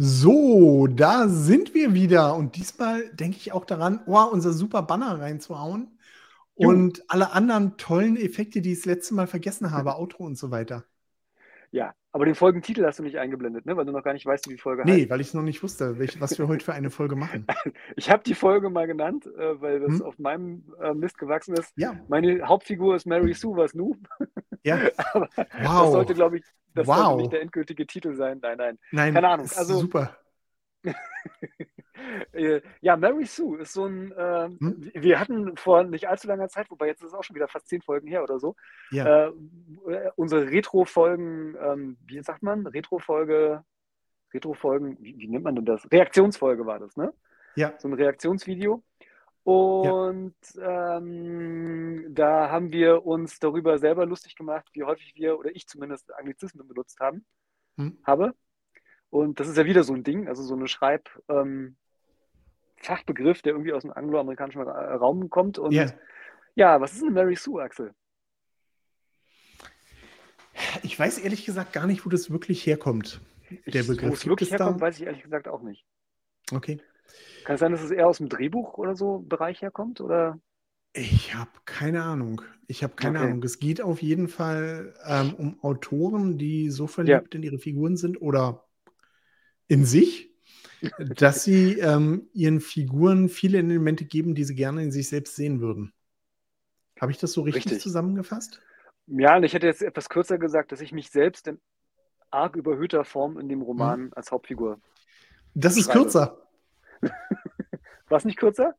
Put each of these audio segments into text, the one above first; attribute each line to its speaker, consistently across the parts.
Speaker 1: So, da sind wir wieder. Und diesmal denke ich auch daran, oh, unser super Banner reinzuhauen.
Speaker 2: Jo.
Speaker 1: Und alle anderen tollen Effekte, die ich das letzte Mal vergessen habe, Outro und so weiter.
Speaker 2: Ja, aber den Folgentitel hast du nicht eingeblendet, ne? weil du noch gar nicht weißt, wie die Folge
Speaker 1: Nee, weil ich es noch nicht wusste, welch, was wir heute für eine Folge machen.
Speaker 2: heißt. Ich habe die Folge mal genannt, äh, weil das
Speaker 1: Hm.
Speaker 2: auf meinem äh, Mist gewachsen ist.
Speaker 1: Ja,
Speaker 2: Meine Hauptfigur ist Mary Sue, was nu?
Speaker 1: ja.
Speaker 2: Aber das
Speaker 1: Wow.
Speaker 2: sollte, glaube ich, das
Speaker 1: Wow.
Speaker 2: sollte nicht der endgültige Titel sein. Nein, nein.
Speaker 1: Nein,
Speaker 2: keine Ahnung,
Speaker 1: ist
Speaker 2: also-
Speaker 1: super.
Speaker 2: Äh, Ja, Mary Sue ist so ein. Äh,
Speaker 1: Hm?
Speaker 2: Wir hatten vor nicht allzu langer Zeit, wobei jetzt ist es auch schon wieder fast zehn Folgen her oder so,
Speaker 1: Ja.
Speaker 2: äh, äh, unsere Retro-Folgen, ähm, wie sagt man? Retro-Folge, Retro-Folgen, wie, wie nennt man denn das? Reaktionsfolge war das, ne?
Speaker 1: Ja.
Speaker 2: So ein Reaktionsvideo. Und ähm, da haben wir uns darüber selber lustig gemacht, wie häufig wir, oder ich zumindest, Anglizismen benutzt haben
Speaker 1: Hm?
Speaker 2: habe. Und das ist ja wieder so ein Ding, also so eine Schreib, ähm, Fachbegriff, der irgendwie aus dem angloamerikanischen Ra- Raum kommt. Und
Speaker 1: Ja.
Speaker 2: ja, was ist eine Mary Sue, Axel?
Speaker 1: Ich weiß ehrlich gesagt gar nicht, wo das wirklich herkommt. Der Begriff
Speaker 2: Wo es
Speaker 1: gibt
Speaker 2: wirklich
Speaker 1: es da?
Speaker 2: herkommt, weiß ich ehrlich gesagt auch nicht.
Speaker 1: Okay.
Speaker 2: Kann es sein, dass es eher aus dem Drehbuch oder so Bereich herkommt? Oder?
Speaker 1: Ich habe keine Ahnung. Ich habe keine
Speaker 2: Okay.
Speaker 1: Ahnung. Es geht auf jeden Fall ähm, um Autoren, die so verliebt in ihre Figuren sind oder in sich, dass sie ähm, ihren Figuren viele Elemente geben, die sie gerne in sich selbst sehen würden. Habe ich das so richtig,
Speaker 2: Richtig.
Speaker 1: zusammengefasst?
Speaker 2: Ja, und ich hätte jetzt etwas kürzer gesagt, dass ich mich selbst in arg überhöhter Form in dem Roman
Speaker 1: Mhm.
Speaker 2: als Hauptfigur.
Speaker 1: Das ist
Speaker 2: Schreibe.
Speaker 1: kürzer. Hm,
Speaker 2: War es nicht kürzer?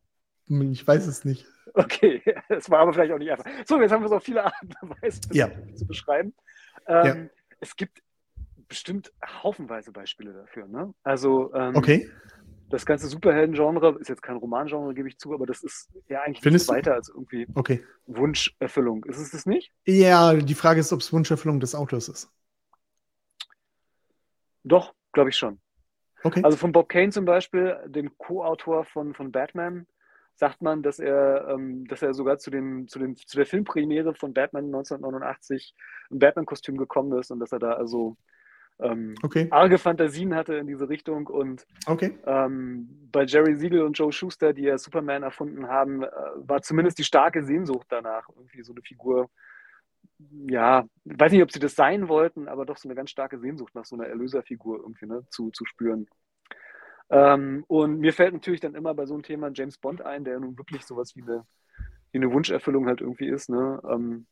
Speaker 1: Ich weiß es nicht.
Speaker 2: Okay, es war aber vielleicht auch nicht einfach. So, jetzt haben wir es auf viele Arten und Weisen versucht,
Speaker 1: Ja.
Speaker 2: zu beschreiben. Ähm, Es gibt bestimmt haufenweise Beispiele dafür. Ne? Also ähm,
Speaker 1: Okay.
Speaker 2: das ganze Superhelden-Genre ist jetzt kein Roman-Genre, gebe ich zu, aber das ist ja eigentlich
Speaker 1: Findest
Speaker 2: nichts
Speaker 1: du?
Speaker 2: weiter als irgendwie
Speaker 1: Okay.
Speaker 2: Wunscherfüllung. Ist es das nicht?
Speaker 1: Ja, die Frage ist, ob es Wunscherfüllung des Autors ist.
Speaker 2: Doch, glaube ich schon.
Speaker 1: Okay.
Speaker 2: Also von Bob Kane zum Beispiel, dem Co-Autor von, von Batman, sagt man, dass er, ähm, dass er sogar zu, dem, zu, dem, zu der Filmpremiere von Batman 1989 im Batman-Kostüm gekommen ist und dass er da also ähm,
Speaker 1: okay.
Speaker 2: arge Fantasien hatte in diese Richtung und
Speaker 1: Okay.
Speaker 2: ähm, bei Jerry Siegel und Joe Schuster, die ja Superman erfunden haben, äh, war zumindest die starke Sehnsucht danach, irgendwie so eine Figur, ja, weiß nicht, ob sie das sein wollten, aber doch so eine ganz starke Sehnsucht nach so einer Erlöserfigur irgendwie ne, zu, zu spüren. Ähm, und mir fällt natürlich dann immer bei so einem Thema James Bond ein, der nun wirklich sowas wie eine, wie eine Wunscherfüllung halt irgendwie ist, ne? Ähm,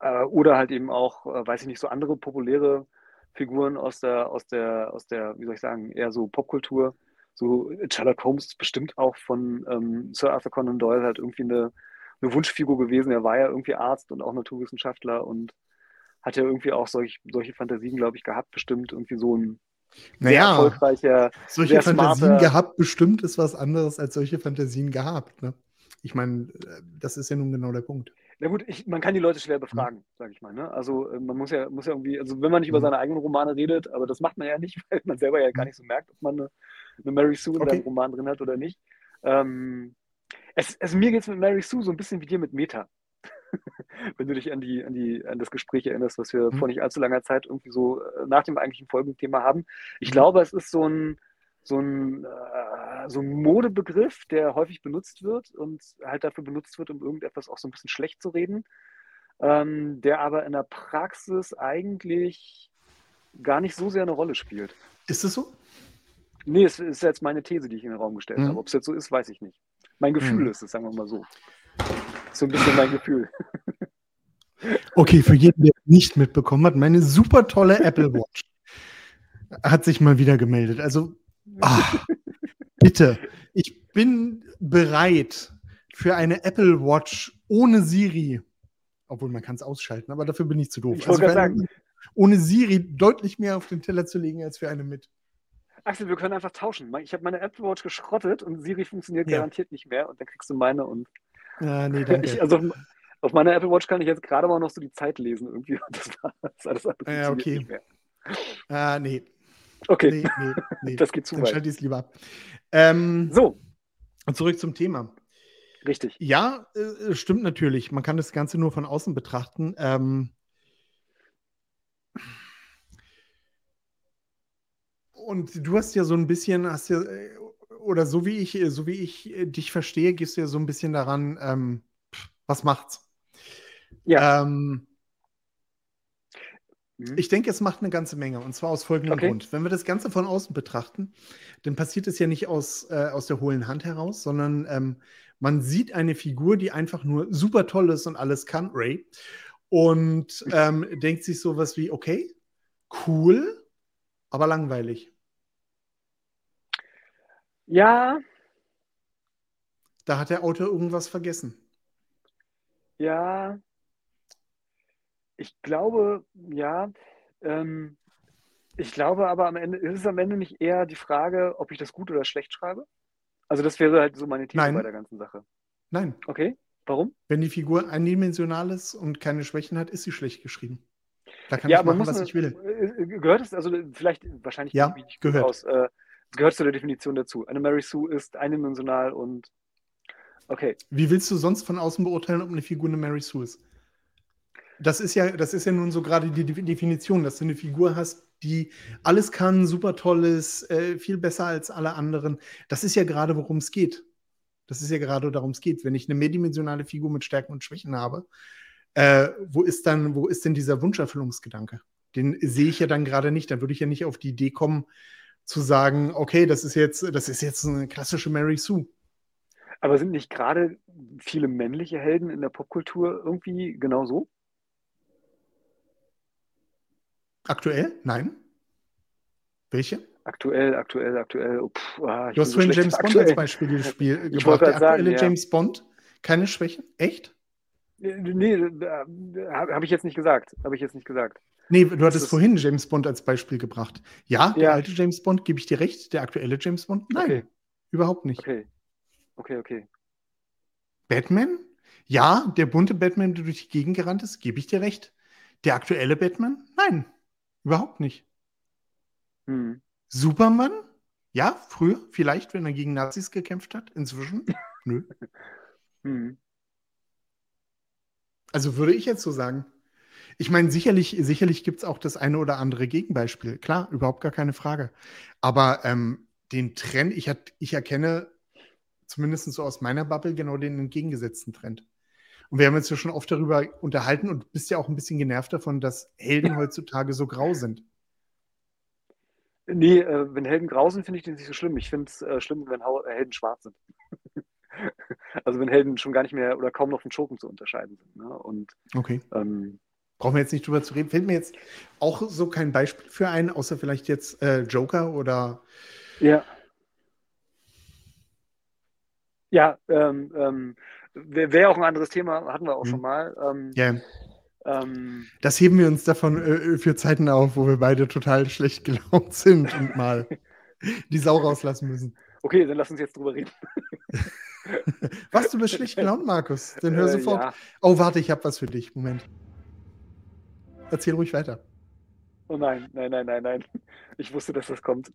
Speaker 2: äh, oder halt eben auch, äh, weiß ich nicht, so andere populäre Figuren aus der, aus der, aus der, wie soll ich sagen, eher so Popkultur. So Sherlock Holmes ist bestimmt auch von ähm, Sir Arthur Conan Doyle halt irgendwie eine, eine Wunschfigur gewesen. Er war ja irgendwie Arzt und auch Naturwissenschaftler und hat ja irgendwie auch solch, solche Fantasien, glaube ich, gehabt, bestimmt irgendwie so ein sehr
Speaker 1: Naja,
Speaker 2: erfolgreicher.
Speaker 1: solche
Speaker 2: sehr
Speaker 1: Fantasien
Speaker 2: smarter-
Speaker 1: gehabt bestimmt ist was anderes als solche Fantasien gehabt. Ne? Ich meine, äh, das ist ja nun genau der Punkt.
Speaker 2: Na gut, ich, man kann die Leute schwer befragen, sage ich mal. Ne? Also äh, man muss ja, muss ja irgendwie, also wenn man nicht über
Speaker 1: Mhm.
Speaker 2: seine eigenen Romane redet, aber das macht man ja nicht, weil man selber ja gar nicht so merkt, ob man eine, eine Mary Sue in
Speaker 1: Okay.
Speaker 2: seinem Roman drin hat oder nicht. Ähm, es, also mir geht es mit Mary Sue so ein bisschen wie dir mit Meta. wenn du dich an die, an die, an das Gespräch erinnerst, was wir
Speaker 1: Mhm.
Speaker 2: vor nicht allzu langer Zeit irgendwie so äh, nach dem eigentlichen Folgenthema haben. Ich
Speaker 1: Mhm.
Speaker 2: glaube, es ist so ein, so ein, äh, so ein Modebegriff, der häufig benutzt wird und halt dafür benutzt wird, um irgendetwas auch so ein bisschen schlecht zu reden, ähm, der aber in der Praxis eigentlich gar nicht so sehr eine Rolle spielt.
Speaker 1: Ist es so?
Speaker 2: Nee, es ist jetzt meine These, die ich in den Raum gestellt
Speaker 1: Mhm.
Speaker 2: habe. Ob es jetzt so ist, weiß ich nicht. Mein Gefühl
Speaker 1: Mhm.
Speaker 2: ist es, sagen wir mal so. So ein bisschen mein Gefühl.
Speaker 1: Okay, für jeden, der es nicht mitbekommen hat, meine super tolle Apple Watch hat sich mal wieder gemeldet. Also, ah, bitte, ich bin bereit für eine Apple Watch ohne Siri. Obwohl man kann es ausschalten, aber dafür bin ich zu doof. Also
Speaker 2: Ich wollte
Speaker 1: für
Speaker 2: gerade
Speaker 1: eine- ohne Siri deutlich mehr auf den Teller zu legen als für eine mit.
Speaker 2: Axel, wir können einfach tauschen. Ich habe meine Apple Watch geschrottet und Siri funktioniert
Speaker 1: Ja.
Speaker 2: garantiert nicht mehr und dann kriegst du meine und
Speaker 1: Ah, nee, danke.
Speaker 2: ich, also auf, auf meiner Apple Watch kann ich jetzt gerade mal noch so die Zeit lesen irgendwie und das war das alles andere
Speaker 1: Ja,
Speaker 2: funktioniert
Speaker 1: okay.
Speaker 2: nicht mehr.
Speaker 1: ah, nee,
Speaker 2: Okay,
Speaker 1: nee, nee, nee.
Speaker 2: das geht zu
Speaker 1: Dann
Speaker 2: weit.
Speaker 1: schalte ich es lieber ab. Ähm,
Speaker 2: So,
Speaker 1: zurück zum Thema.
Speaker 2: richtig.
Speaker 1: Ja, äh, stimmt natürlich. Man kann das Ganze nur von außen betrachten. Ähm, Und du hast ja so ein bisschen, hast ja, äh, oder so wie ich, äh, so wie ich dich verstehe, gehst du ja so ein bisschen daran, ähm, was macht's?
Speaker 2: Ja.
Speaker 1: Ähm,
Speaker 2: Mhm.
Speaker 1: ich denke, es macht eine ganze Menge und zwar aus folgendem
Speaker 2: Okay.
Speaker 1: Grund. Wenn wir das Ganze von außen betrachten, dann passiert es ja nicht aus, äh, aus der hohlen Hand heraus, sondern ähm, man sieht eine Figur, die einfach nur super toll ist und alles kann, Ray, und ähm, denkt sich sowas wie, okay, cool, aber langweilig.
Speaker 2: Ja,
Speaker 1: Da hat der Autor irgendwas vergessen.
Speaker 2: ja. Ich glaube, ja. Ähm, ich glaube aber am Ende, ist es am Ende nicht eher die Frage, ob ich das gut oder schlecht schreibe? Also das wäre halt so meine These
Speaker 1: Nein.
Speaker 2: bei der ganzen Sache.
Speaker 1: Nein,
Speaker 2: Okay, warum?
Speaker 1: wenn die Figur eindimensional ist und keine Schwächen hat, ist sie schlecht geschrieben. Da kann ich
Speaker 2: aber
Speaker 1: machen, was ich will.
Speaker 2: Gehört es, also vielleicht, wahrscheinlich
Speaker 1: Ja,
Speaker 2: kenne ich mich nicht
Speaker 1: gehört.
Speaker 2: aus, äh, gehört zu der Definition dazu. Eine Mary Sue ist eindimensional und okay,
Speaker 1: Wie willst du sonst von außen beurteilen, ob eine Figur eine Mary Sue ist? Das ist ja, das ist ja nun so gerade die De- Definition, dass du eine Figur hast, die alles kann, super toll ist, äh, viel besser als alle anderen. Das ist ja gerade, worum es geht. Das ist ja gerade, darum es geht. Wenn ich eine mehrdimensionale Figur mit Stärken und Schwächen habe, äh, wo ist dann, wo ist denn dieser Wunscherfüllungsgedanke? Den sehe ich ja dann gerade nicht. Dann würde ich ja nicht auf die Idee kommen, zu sagen, okay, das ist jetzt, das ist jetzt eine klassische Mary Sue.
Speaker 2: aber sind nicht gerade viele männliche Helden in der Popkultur irgendwie genau so?
Speaker 1: Aktuell? Nein. Welche?
Speaker 2: Aktuell, aktuell, aktuell. Oh, pff, ah, ich
Speaker 1: Du hast vorhin
Speaker 2: bin so schlecht
Speaker 1: James Bond
Speaker 2: im
Speaker 1: als
Speaker 2: Aktuellen.
Speaker 1: Beispiel gespielt,
Speaker 2: Ich
Speaker 1: gebracht.
Speaker 2: wollte
Speaker 1: Der
Speaker 2: gerade
Speaker 1: aktuelle
Speaker 2: sagen, ja.
Speaker 1: James Bond, keine Schwächen? Echt?
Speaker 2: Äh, Nee, habe hab ich jetzt nicht gesagt. Habe ich jetzt nicht gesagt.
Speaker 1: Nee, du hattest
Speaker 2: ist-
Speaker 1: vorhin James Bond als Beispiel gebracht. Ja, der
Speaker 2: Ja.
Speaker 1: alte James Bond, gebe ich dir recht, der aktuelle James Bond? Nein,
Speaker 2: Okay.
Speaker 1: überhaupt nicht.
Speaker 2: Okay. Okay, okay.
Speaker 1: Batman? Ja, der bunte Batman, der durch die Gegend gerannt ist, gebe ich dir recht. Der aktuelle Batman? Nein, überhaupt nicht.
Speaker 2: Hm.
Speaker 1: Superman? Ja, früher, vielleicht, wenn er gegen Nazis gekämpft hat. Inzwischen? Nö.
Speaker 2: Hm.
Speaker 1: Also würde ich jetzt so sagen. Ich meine, sicherlich, sicherlich gibt es auch das eine oder andere Gegenbeispiel. Klar, überhaupt gar keine Frage. Aber ähm, den Trend, ich, hat, ich erkenne zumindest so aus meiner Bubble genau den entgegengesetzten Trend. Und wir haben uns ja schon oft darüber unterhalten und bist ja auch ein bisschen genervt davon, dass Helden heutzutage so grau sind.
Speaker 2: Nee, äh, wenn Helden grau sind, finde ich das nicht so schlimm. Ich finde es äh, schlimm, wenn Hau äh, Helden schwarz sind. also wenn Helden schon gar nicht mehr oder kaum noch von Schurken zu unterscheiden sind. Ne? Und
Speaker 1: Okay.
Speaker 2: ähm,
Speaker 1: Brauchen wir jetzt nicht drüber zu reden. Fällt mir jetzt auch so kein Beispiel für ein, außer vielleicht jetzt äh, Joker oder
Speaker 2: ja. Ja, ähm, ähm, wäre wär auch ein anderes Thema, hatten wir auch
Speaker 1: Hm.
Speaker 2: schon mal. Ähm,
Speaker 1: ja,
Speaker 2: ähm,
Speaker 1: Das heben wir uns davon äh, für Zeiten auf, wo wir beide total schlecht gelaunt sind und mal die Sau rauslassen müssen.
Speaker 2: okay, dann lass uns jetzt drüber reden.
Speaker 1: Was, du bist schlecht gelaunt, Markus? Dann hör
Speaker 2: Äh,
Speaker 1: sofort.
Speaker 2: Ja.
Speaker 1: Oh, warte, ich habe was für dich. Moment. Erzähl ruhig weiter.
Speaker 2: Oh nein, nein, nein, nein, nein. Ich wusste, dass das kommt.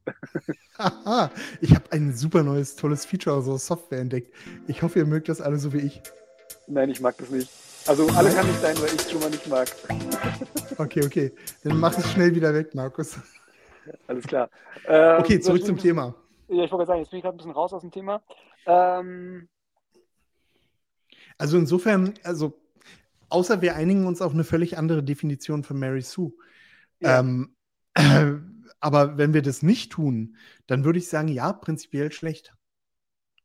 Speaker 1: Haha, ich habe ein super neues, tolles Feature aus unserer Software entdeckt. Ich hoffe, ihr mögt das alle so wie ich.
Speaker 2: Nein, ich mag das nicht. Also alle kann nicht sein, weil ich es schon mal nicht mag.
Speaker 1: Okay, okay. Dann mach es schnell wieder weg, Markus.
Speaker 2: Alles klar. Ähm,
Speaker 1: Okay,
Speaker 2: so, ich
Speaker 1: zurück
Speaker 2: bin
Speaker 1: zum
Speaker 2: ein bisschen-
Speaker 1: Thema.
Speaker 2: Ja, ich wollte gerade sagen, jetzt bin ich gerade ein bisschen raus aus dem Thema. Ähm,
Speaker 1: Also insofern, also außer wir einigen uns auf eine völlig andere Definition von Mary Sue.
Speaker 2: ja,
Speaker 1: Ähm, äh, aber wenn wir das nicht tun, dann würde ich sagen, ja, prinzipiell schlecht.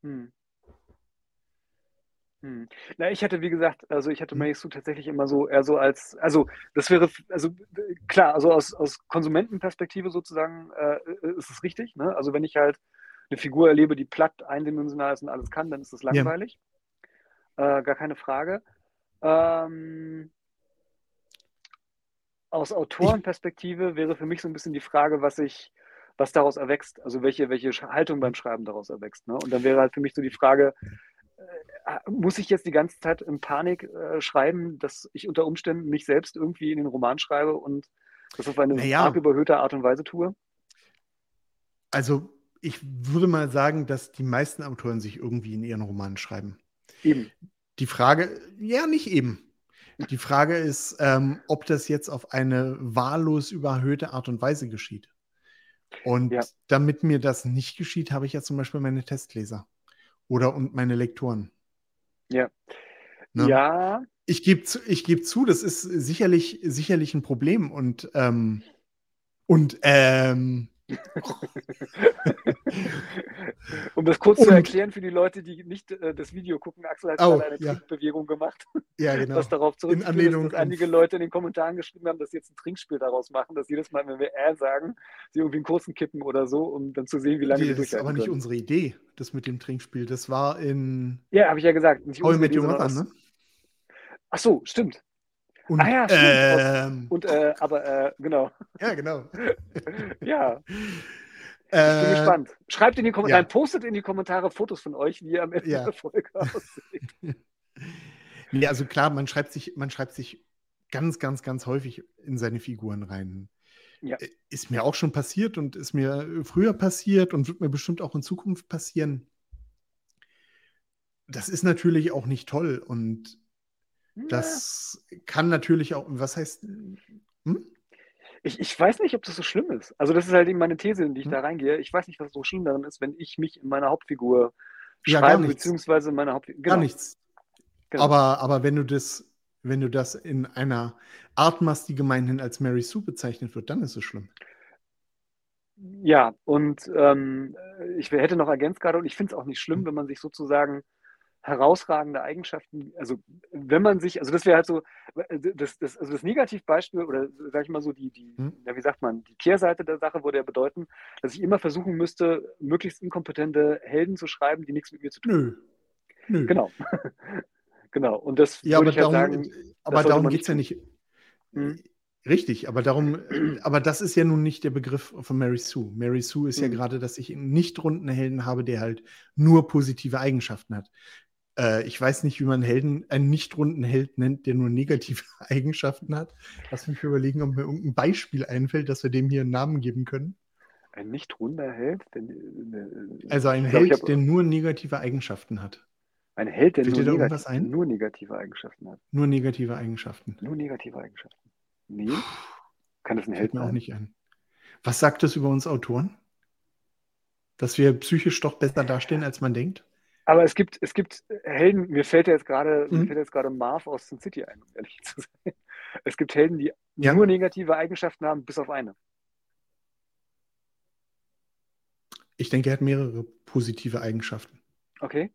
Speaker 2: hm. Hm. Na, ich hatte, wie gesagt, also ich hatte
Speaker 1: Hm.
Speaker 2: Mary Sue tatsächlich immer so eher so als, also das wäre, also äh, klar, also aus, aus Konsumentenperspektive sozusagen äh, äh, ist es richtig. Ne? Also wenn ich halt eine Figur erlebe, die platt eindimensional ist und alles kann, dann ist das langweilig. Äh, gar keine Frage. Ähm, aus Autorenperspektive wäre für mich so ein bisschen die Frage, was ich, was daraus erwächst, also welche, welche Sch- Haltung beim Schreiben daraus erwächst. Ne? Und dann wäre halt für mich so die Frage, äh, muss ich jetzt die ganze Zeit in Panik äh, schreiben, dass ich unter Umständen mich selbst irgendwie in den Roman schreibe und das auf eine
Speaker 1: Naja.
Speaker 2: arg überhöhte Art und Weise tue?
Speaker 1: Also ich würde mal sagen, dass die meisten Autoren sich irgendwie in ihren Romanen schreiben.
Speaker 2: Eben.
Speaker 1: Die Frage, ja, nicht eben. Die Frage ist, ähm, ob das jetzt auf eine wahllos überhöhte Art und Weise geschieht. Und
Speaker 2: Ja.
Speaker 1: damit mir das nicht geschieht, habe ich ja zum Beispiel meine Testleser oder und meine Lektoren.
Speaker 2: Ja.
Speaker 1: Ne?
Speaker 2: Ja,
Speaker 1: Ich gebe zu, ich geb zu, das ist sicherlich, sicherlich ein Problem und, ähm, und, ähm,
Speaker 2: um das kurz zu
Speaker 1: Und-
Speaker 2: erklären für die Leute, die nicht äh, das Video gucken, Axel hat
Speaker 1: Au,
Speaker 2: gerade eine
Speaker 1: ja.
Speaker 2: Trinkbewegung gemacht,
Speaker 1: ja, genau.
Speaker 2: was darauf zurückzuführen
Speaker 1: Anlehnung
Speaker 2: ist, dass
Speaker 1: an-
Speaker 2: einige Leute in den Kommentaren geschrieben haben, dass sie jetzt ein Trinkspiel daraus machen, dass jedes Mal, wenn wir äh sagen, sie irgendwie einen kurzen kippen oder so, um dann zu sehen, wie lange
Speaker 1: Die-
Speaker 2: wir
Speaker 1: das ist
Speaker 2: durchhalten
Speaker 1: aber nicht
Speaker 2: können.
Speaker 1: unsere Idee, das mit dem Trinkspiel. Das war in
Speaker 2: Ja, habe ich ja gesagt. Nicht
Speaker 1: How I
Speaker 2: unsere
Speaker 1: Met
Speaker 2: Idee,
Speaker 1: Your
Speaker 2: sondern
Speaker 1: Mother,
Speaker 2: aus-
Speaker 1: ne?
Speaker 2: Ach so, stimmt.
Speaker 1: Und,
Speaker 2: Ah ja, stimmt, aus-
Speaker 1: ähm,
Speaker 2: Und äh, aber äh, genau.
Speaker 1: ja, genau.
Speaker 2: Ja, ich bin
Speaker 1: Äh,
Speaker 2: gespannt. Schreibt in die
Speaker 1: ja.
Speaker 2: Kommentare, postet in die Kommentare Fotos von euch, wie ihr am Ende
Speaker 1: Ja.
Speaker 2: der Folge aussieht.
Speaker 1: Nee, also klar, man schreibt sich, man schreibt sich ganz, ganz, ganz häufig in seine Figuren rein.
Speaker 2: Ja.
Speaker 1: Äh, Ist mir auch schon passiert und ist mir früher passiert und wird mir bestimmt auch in Zukunft passieren. Das ist natürlich auch nicht toll und das kann natürlich auch, was heißt, hm?
Speaker 2: Ich, ich weiß nicht, ob das so schlimm ist. Also das ist halt eben meine These, in die ich
Speaker 1: Hm.
Speaker 2: da reingehe. Ich weiß nicht, was so schlimm daran ist, wenn ich mich in meiner Hauptfigur
Speaker 1: Ja, gar
Speaker 2: schreibe,
Speaker 1: nichts.
Speaker 2: beziehungsweise in meiner Hauptfigur.
Speaker 1: gar nichts.
Speaker 2: genau.
Speaker 1: Aber, aber wenn du das, wenn du das in einer Art machst, die gemeinhin als Mary Sue bezeichnet wird, dann ist es schlimm.
Speaker 2: Ja, und ähm, ich hätte noch ergänzt gerade, und ich finde es auch nicht
Speaker 1: Hm.
Speaker 2: schlimm, wenn man sich sozusagen herausragende Eigenschaften, also wenn man sich, also das wäre halt so, das, das, also das Negativbeispiel oder sag ich mal so, die, die,
Speaker 1: Hm.
Speaker 2: ja, wie sagt man, die Kehrseite der Sache würde ja bedeuten, dass ich immer versuchen müsste, möglichst inkompetente Helden zu schreiben, die nichts mit mir zu tun
Speaker 1: Nö. Nö.
Speaker 2: haben. Genau. Genau. Und das
Speaker 1: Ja,
Speaker 2: würde
Speaker 1: aber
Speaker 2: ich halt
Speaker 1: darum,
Speaker 2: sagen,
Speaker 1: aber
Speaker 2: sollte
Speaker 1: darum
Speaker 2: man
Speaker 1: geht es ja nicht.
Speaker 2: Mhm.
Speaker 1: Richtig, aber darum, aber das ist ja nun nicht der Begriff von Mary Sue. Mary Sue ist ja
Speaker 2: Mhm.
Speaker 1: gerade, dass ich einen nicht runden Helden habe, der halt nur positive Eigenschaften hat. Äh, ich weiß nicht, wie man einen Helden, einen nicht runden Held nennt, der nur negative Eigenschaften hat. Lass mich überlegen, ob mir irgendein Beispiel einfällt, dass wir dem hier einen Namen geben können.
Speaker 2: ein ne, nicht runder Held, denn, äh,
Speaker 1: Also ein
Speaker 2: Ich glaub, ich
Speaker 1: Held,
Speaker 2: hab-
Speaker 1: der nur negative Eigenschaften hat.
Speaker 2: ein Held, der
Speaker 1: Fällt dir
Speaker 2: nur,
Speaker 1: da
Speaker 2: negat-
Speaker 1: irgendwas ein?
Speaker 2: nur negative Eigenschaften hat.
Speaker 1: Nur negative Eigenschaften.
Speaker 2: Nur negative Eigenschaften. Nee. Kann das ein Held
Speaker 1: Fällt mir auch
Speaker 2: sein?
Speaker 1: nicht ein. Was sagt das über uns Autoren? Dass wir psychisch doch besser dastehen, als man denkt?
Speaker 2: Aber es gibt, es gibt Helden, mir fällt ja jetzt gerade, mir
Speaker 1: Mhm.
Speaker 2: fällt jetzt gerade Marv aus Sin City ein, um ehrlich zu sein. Es gibt Helden, die
Speaker 1: Ja.
Speaker 2: nur negative Eigenschaften haben, bis auf eine.
Speaker 1: Ich denke, er hat mehrere positive Eigenschaften.
Speaker 2: Okay?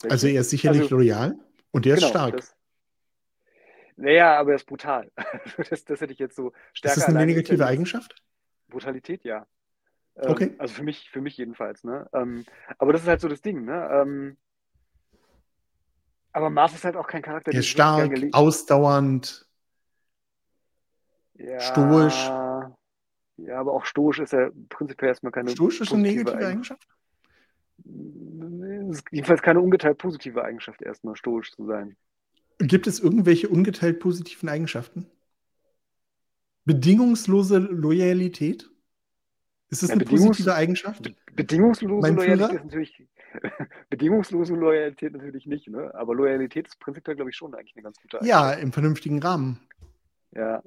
Speaker 2: Welche?
Speaker 1: Also er ist sicherlich
Speaker 2: Also-
Speaker 1: loyal und er ist
Speaker 2: Genau,
Speaker 1: stark. Das,
Speaker 2: Das, naja, aber er ist brutal. Das, das hätte ich jetzt so
Speaker 1: ist
Speaker 2: stärker.
Speaker 1: das eine
Speaker 2: allein
Speaker 1: negative
Speaker 2: gestellt.
Speaker 1: Eigenschaft?
Speaker 2: Brutalität, ja. Ähm,
Speaker 1: Okay.
Speaker 2: Also für mich, für mich jedenfalls, ne? Ähm, aber das ist halt so das Ding, ne? Ähm, aber Marv ist halt auch kein Charakter,
Speaker 1: Er ist
Speaker 2: ich wirklich gern
Speaker 1: stark,
Speaker 2: gele-
Speaker 1: ausdauernd.
Speaker 2: Ja,
Speaker 1: Stoisch.
Speaker 2: Ja, aber auch stoisch ist ja prinzipiell erstmal keine.
Speaker 1: Stoisch ist eine
Speaker 2: positive
Speaker 1: negative
Speaker 2: Eigen-
Speaker 1: Eigenschaft?
Speaker 2: Nee, es ist Jedenfalls keine ungeteilt positive Eigenschaft, erstmal stoisch zu sein.
Speaker 1: Gibt es irgendwelche ungeteilt positiven Eigenschaften? Bedingungslose Loyalität? Ist das
Speaker 2: Ja,
Speaker 1: eine
Speaker 2: bedingungs-
Speaker 1: positive Eigenschaft?
Speaker 2: Bedingungslose
Speaker 1: Mein
Speaker 2: Loyalität
Speaker 1: Führer?
Speaker 2: ist natürlich. Bedingungslose Loyalität natürlich nicht, ne? Aber Loyalität ist prinzipiell, glaube ich, schon eigentlich eine ganz gute
Speaker 1: Ja, im vernünftigen Rahmen.
Speaker 2: Ja.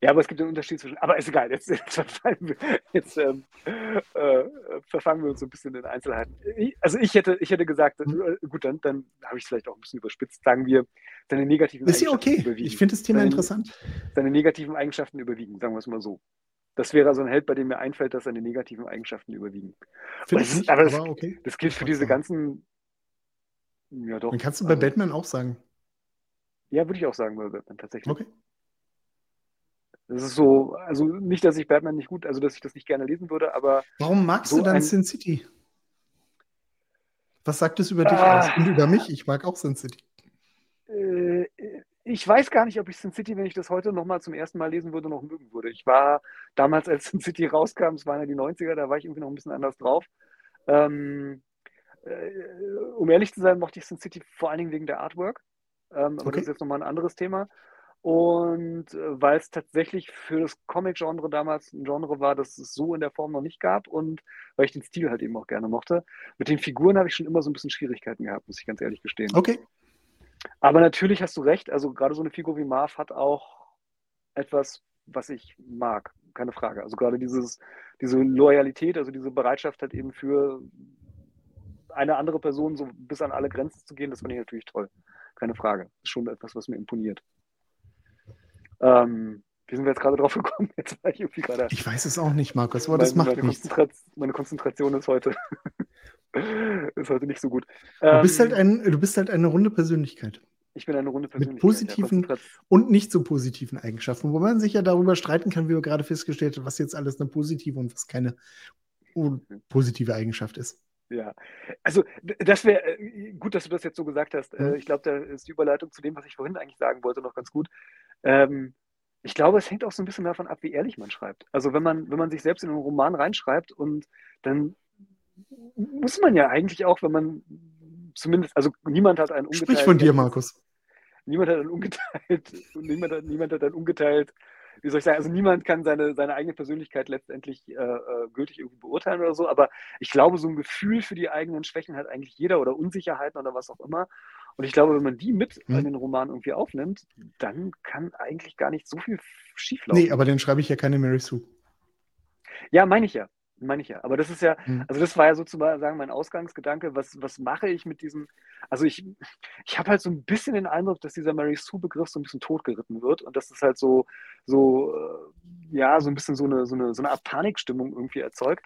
Speaker 2: Ja, aber es gibt einen Unterschied zwischen. Aber ist egal, jetzt, jetzt, verfallen wir, jetzt ähm, äh, verfangen wir uns so ein bisschen in Einzelheiten. Ich, also ich hätte, ich hätte gesagt,
Speaker 1: Hm?
Speaker 2: äh, gut, dann, dann habe ich es vielleicht auch ein bisschen überspitzt, sagen wir, seine negativen
Speaker 1: Ist ja
Speaker 2: Eigenschaften
Speaker 1: okay.
Speaker 2: überwiegen.
Speaker 1: Ich finde das Thema
Speaker 2: Dann-
Speaker 1: interessant.
Speaker 2: seine negativen Eigenschaften überwiegen, sagen wir es mal so. Das wäre also ein Held, bei dem mir einfällt, dass seine negativen Eigenschaften überwiegen.
Speaker 1: Finde
Speaker 2: Das-
Speaker 1: ich nicht,
Speaker 2: aber das-
Speaker 1: aber okay.
Speaker 2: Das gilt für
Speaker 1: wollte
Speaker 2: diese
Speaker 1: sagen.
Speaker 2: ganzen. Ja, doch.
Speaker 1: Dann kannst du bei
Speaker 2: also-
Speaker 1: Batman auch sagen.
Speaker 2: Ja, würde ich auch sagen, bei Batman tatsächlich.
Speaker 1: Okay.
Speaker 2: Das ist so, also nicht, dass ich Batman nicht gut, also dass ich das nicht gerne lesen würde, aber
Speaker 1: Warum magst
Speaker 2: So
Speaker 1: du dann
Speaker 2: ein-
Speaker 1: Sin City? Was sagt es über dich
Speaker 2: Ah.
Speaker 1: aus? Und über mich? Ich mag auch Sin City.
Speaker 2: äh, ich weiß gar nicht, ob ich Sin City, wenn ich das heute nochmal zum ersten Mal lesen würde, noch mögen würde. Ich war damals, als Sin City rauskam, es waren ja die 90er, da war ich irgendwie noch ein bisschen anders drauf. Ähm, äh, um ehrlich zu sein, mochte ich Sin City vor allen Dingen wegen der Artwork. Ähm, aber
Speaker 1: Okay.
Speaker 2: das ist jetzt nochmal ein anderes Thema. Und äh, weil es tatsächlich für das Comic-Genre damals ein Genre war, das es so in der Form noch nicht gab und weil ich den Stil halt eben auch gerne mochte. Mit den Figuren habe ich schon immer so ein bisschen Schwierigkeiten gehabt, muss ich ganz ehrlich gestehen.
Speaker 1: Okay.
Speaker 2: Aber natürlich hast du recht, also gerade so eine Figur wie Marv hat auch etwas, was ich mag. keine Frage. Also gerade dieses, diese Loyalität, also diese Bereitschaft halt eben für eine andere Person so bis an alle Grenzen zu gehen, das fand ich natürlich toll. Keine Frage. Ist schon etwas, was mir imponiert. Ähm, wie sind wir jetzt gerade drauf gekommen? Jetzt war ich irgendwie gerade.
Speaker 1: Ich weiß es auch nicht, Markus, aber Oh, das
Speaker 2: Mein-
Speaker 1: macht
Speaker 2: meine,
Speaker 1: nichts.
Speaker 2: Konzentra meine Konzentration ist heute, ist heute nicht so gut.
Speaker 1: Du bist,
Speaker 2: Ähm,
Speaker 1: halt ein, du bist halt eine runde Persönlichkeit.
Speaker 2: ich bin eine runde Persönlichkeit.
Speaker 1: positiven-
Speaker 2: Ja, Konzentra-
Speaker 1: Und nicht so positiven Eigenschaften. Wobei man sich ja darüber streiten kann, wie wir gerade festgestellt haben, was jetzt alles eine positive und was keine un- positive Eigenschaft ist.
Speaker 2: ja. Also, d- das wäre äh, gut, dass du das jetzt so gesagt hast. Äh,
Speaker 1: Mhm.
Speaker 2: Ich glaube, da ist die Überleitung zu dem, was ich vorhin eigentlich sagen wollte, noch ganz gut. Ähm, ich glaube, es hängt auch so ein bisschen davon ab, wie ehrlich man schreibt. Also, wenn man, wenn man sich selbst in einen Roman reinschreibt und dann muss man ja eigentlich auch, wenn man zumindest, also niemand hat einen
Speaker 1: Sprich von dir,
Speaker 2: ungeteilten-
Speaker 1: Markus.
Speaker 2: Niemand hat dann ungeteilt, niemand hat, niemand hat dann ungeteilt, wie soll ich sagen, also niemand kann seine, seine eigene Persönlichkeit letztendlich äh, äh, gültig irgendwie beurteilen oder so, aber ich glaube, so ein Gefühl für die eigenen Schwächen hat eigentlich jeder oder Unsicherheiten oder was auch immer. Und ich glaube, wenn man die mit
Speaker 1: Hm.
Speaker 2: in den Roman irgendwie aufnimmt, dann kann eigentlich gar nicht so viel schieflaufen.
Speaker 1: Nee, aber dann schreibe ich ja keine Mary Sue.
Speaker 2: Ja, meine ich ja. Meine ich ja. Aber das ist ja,
Speaker 1: Hm.
Speaker 2: also das war ja sozusagen mein Ausgangsgedanke, was, was mache ich mit diesem, also ich, ich habe halt so ein bisschen den Eindruck, dass dieser Mary Sue-Begriff so ein bisschen totgeritten wird und dass es halt so, so, äh, ja, so ein bisschen so eine, so eine, so eine Art Panikstimmung irgendwie erzeugt.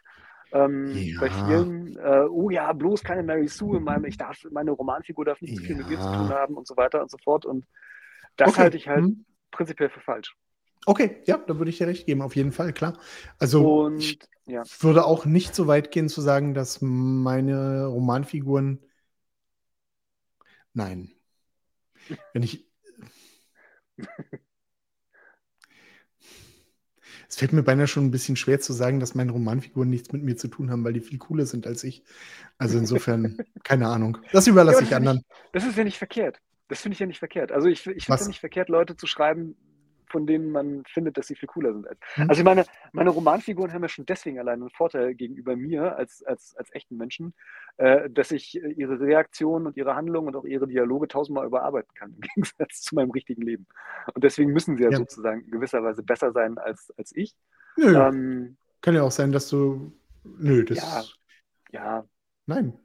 Speaker 2: Ähm,
Speaker 1: Ja.
Speaker 2: Bei vielen, äh, oh ja, bloß keine Mary Sue in meinem, ich darf, meine Romanfigur darf nicht zu viel mit mir zu
Speaker 1: Ja.
Speaker 2: tun haben und so weiter und so fort. Und das
Speaker 1: Okay,
Speaker 2: halte ich halt
Speaker 1: hm.
Speaker 2: prinzipiell für falsch.
Speaker 1: Okay, ja, da würde ich dir recht geben, auf jeden Fall, klar. Also ich
Speaker 2: Und ja.
Speaker 1: würde auch nicht so weit gehen zu sagen, dass meine Romanfiguren. Nein. Wenn ich. Es fällt mir beinahe schon ein bisschen schwer zu sagen, dass meine Romanfiguren nichts mit mir zu tun haben, weil die viel cooler sind als ich. Also insofern, keine Ahnung. Das
Speaker 2: Ja,
Speaker 1: überlasse
Speaker 2: aber
Speaker 1: ich
Speaker 2: das finde
Speaker 1: anderen.
Speaker 2: Das ist ja nicht verkehrt. Das finde ich ja nicht verkehrt. Also ich, ich finde
Speaker 1: Was?
Speaker 2: es ja nicht verkehrt, Leute zu schreiben, von denen man findet, dass sie viel cooler sind. als-
Speaker 1: Hm.
Speaker 2: Also ich meine, meine Romanfiguren haben ja schon deswegen allein einen Vorteil gegenüber mir als, als, als echten Menschen, äh, dass ich äh, ihre Reaktionen und ihre Handlungen und auch ihre Dialoge tausendmal überarbeiten kann, im Gegensatz zu meinem richtigen Leben. Und deswegen müssen sie ja,
Speaker 1: Ja.
Speaker 2: sozusagen in gewisser Weise besser sein als, als ich.
Speaker 1: Nö,
Speaker 2: Ähm,
Speaker 1: kann ja auch sein, dass du. Nö, das.
Speaker 2: Ja. ja,
Speaker 1: Nein.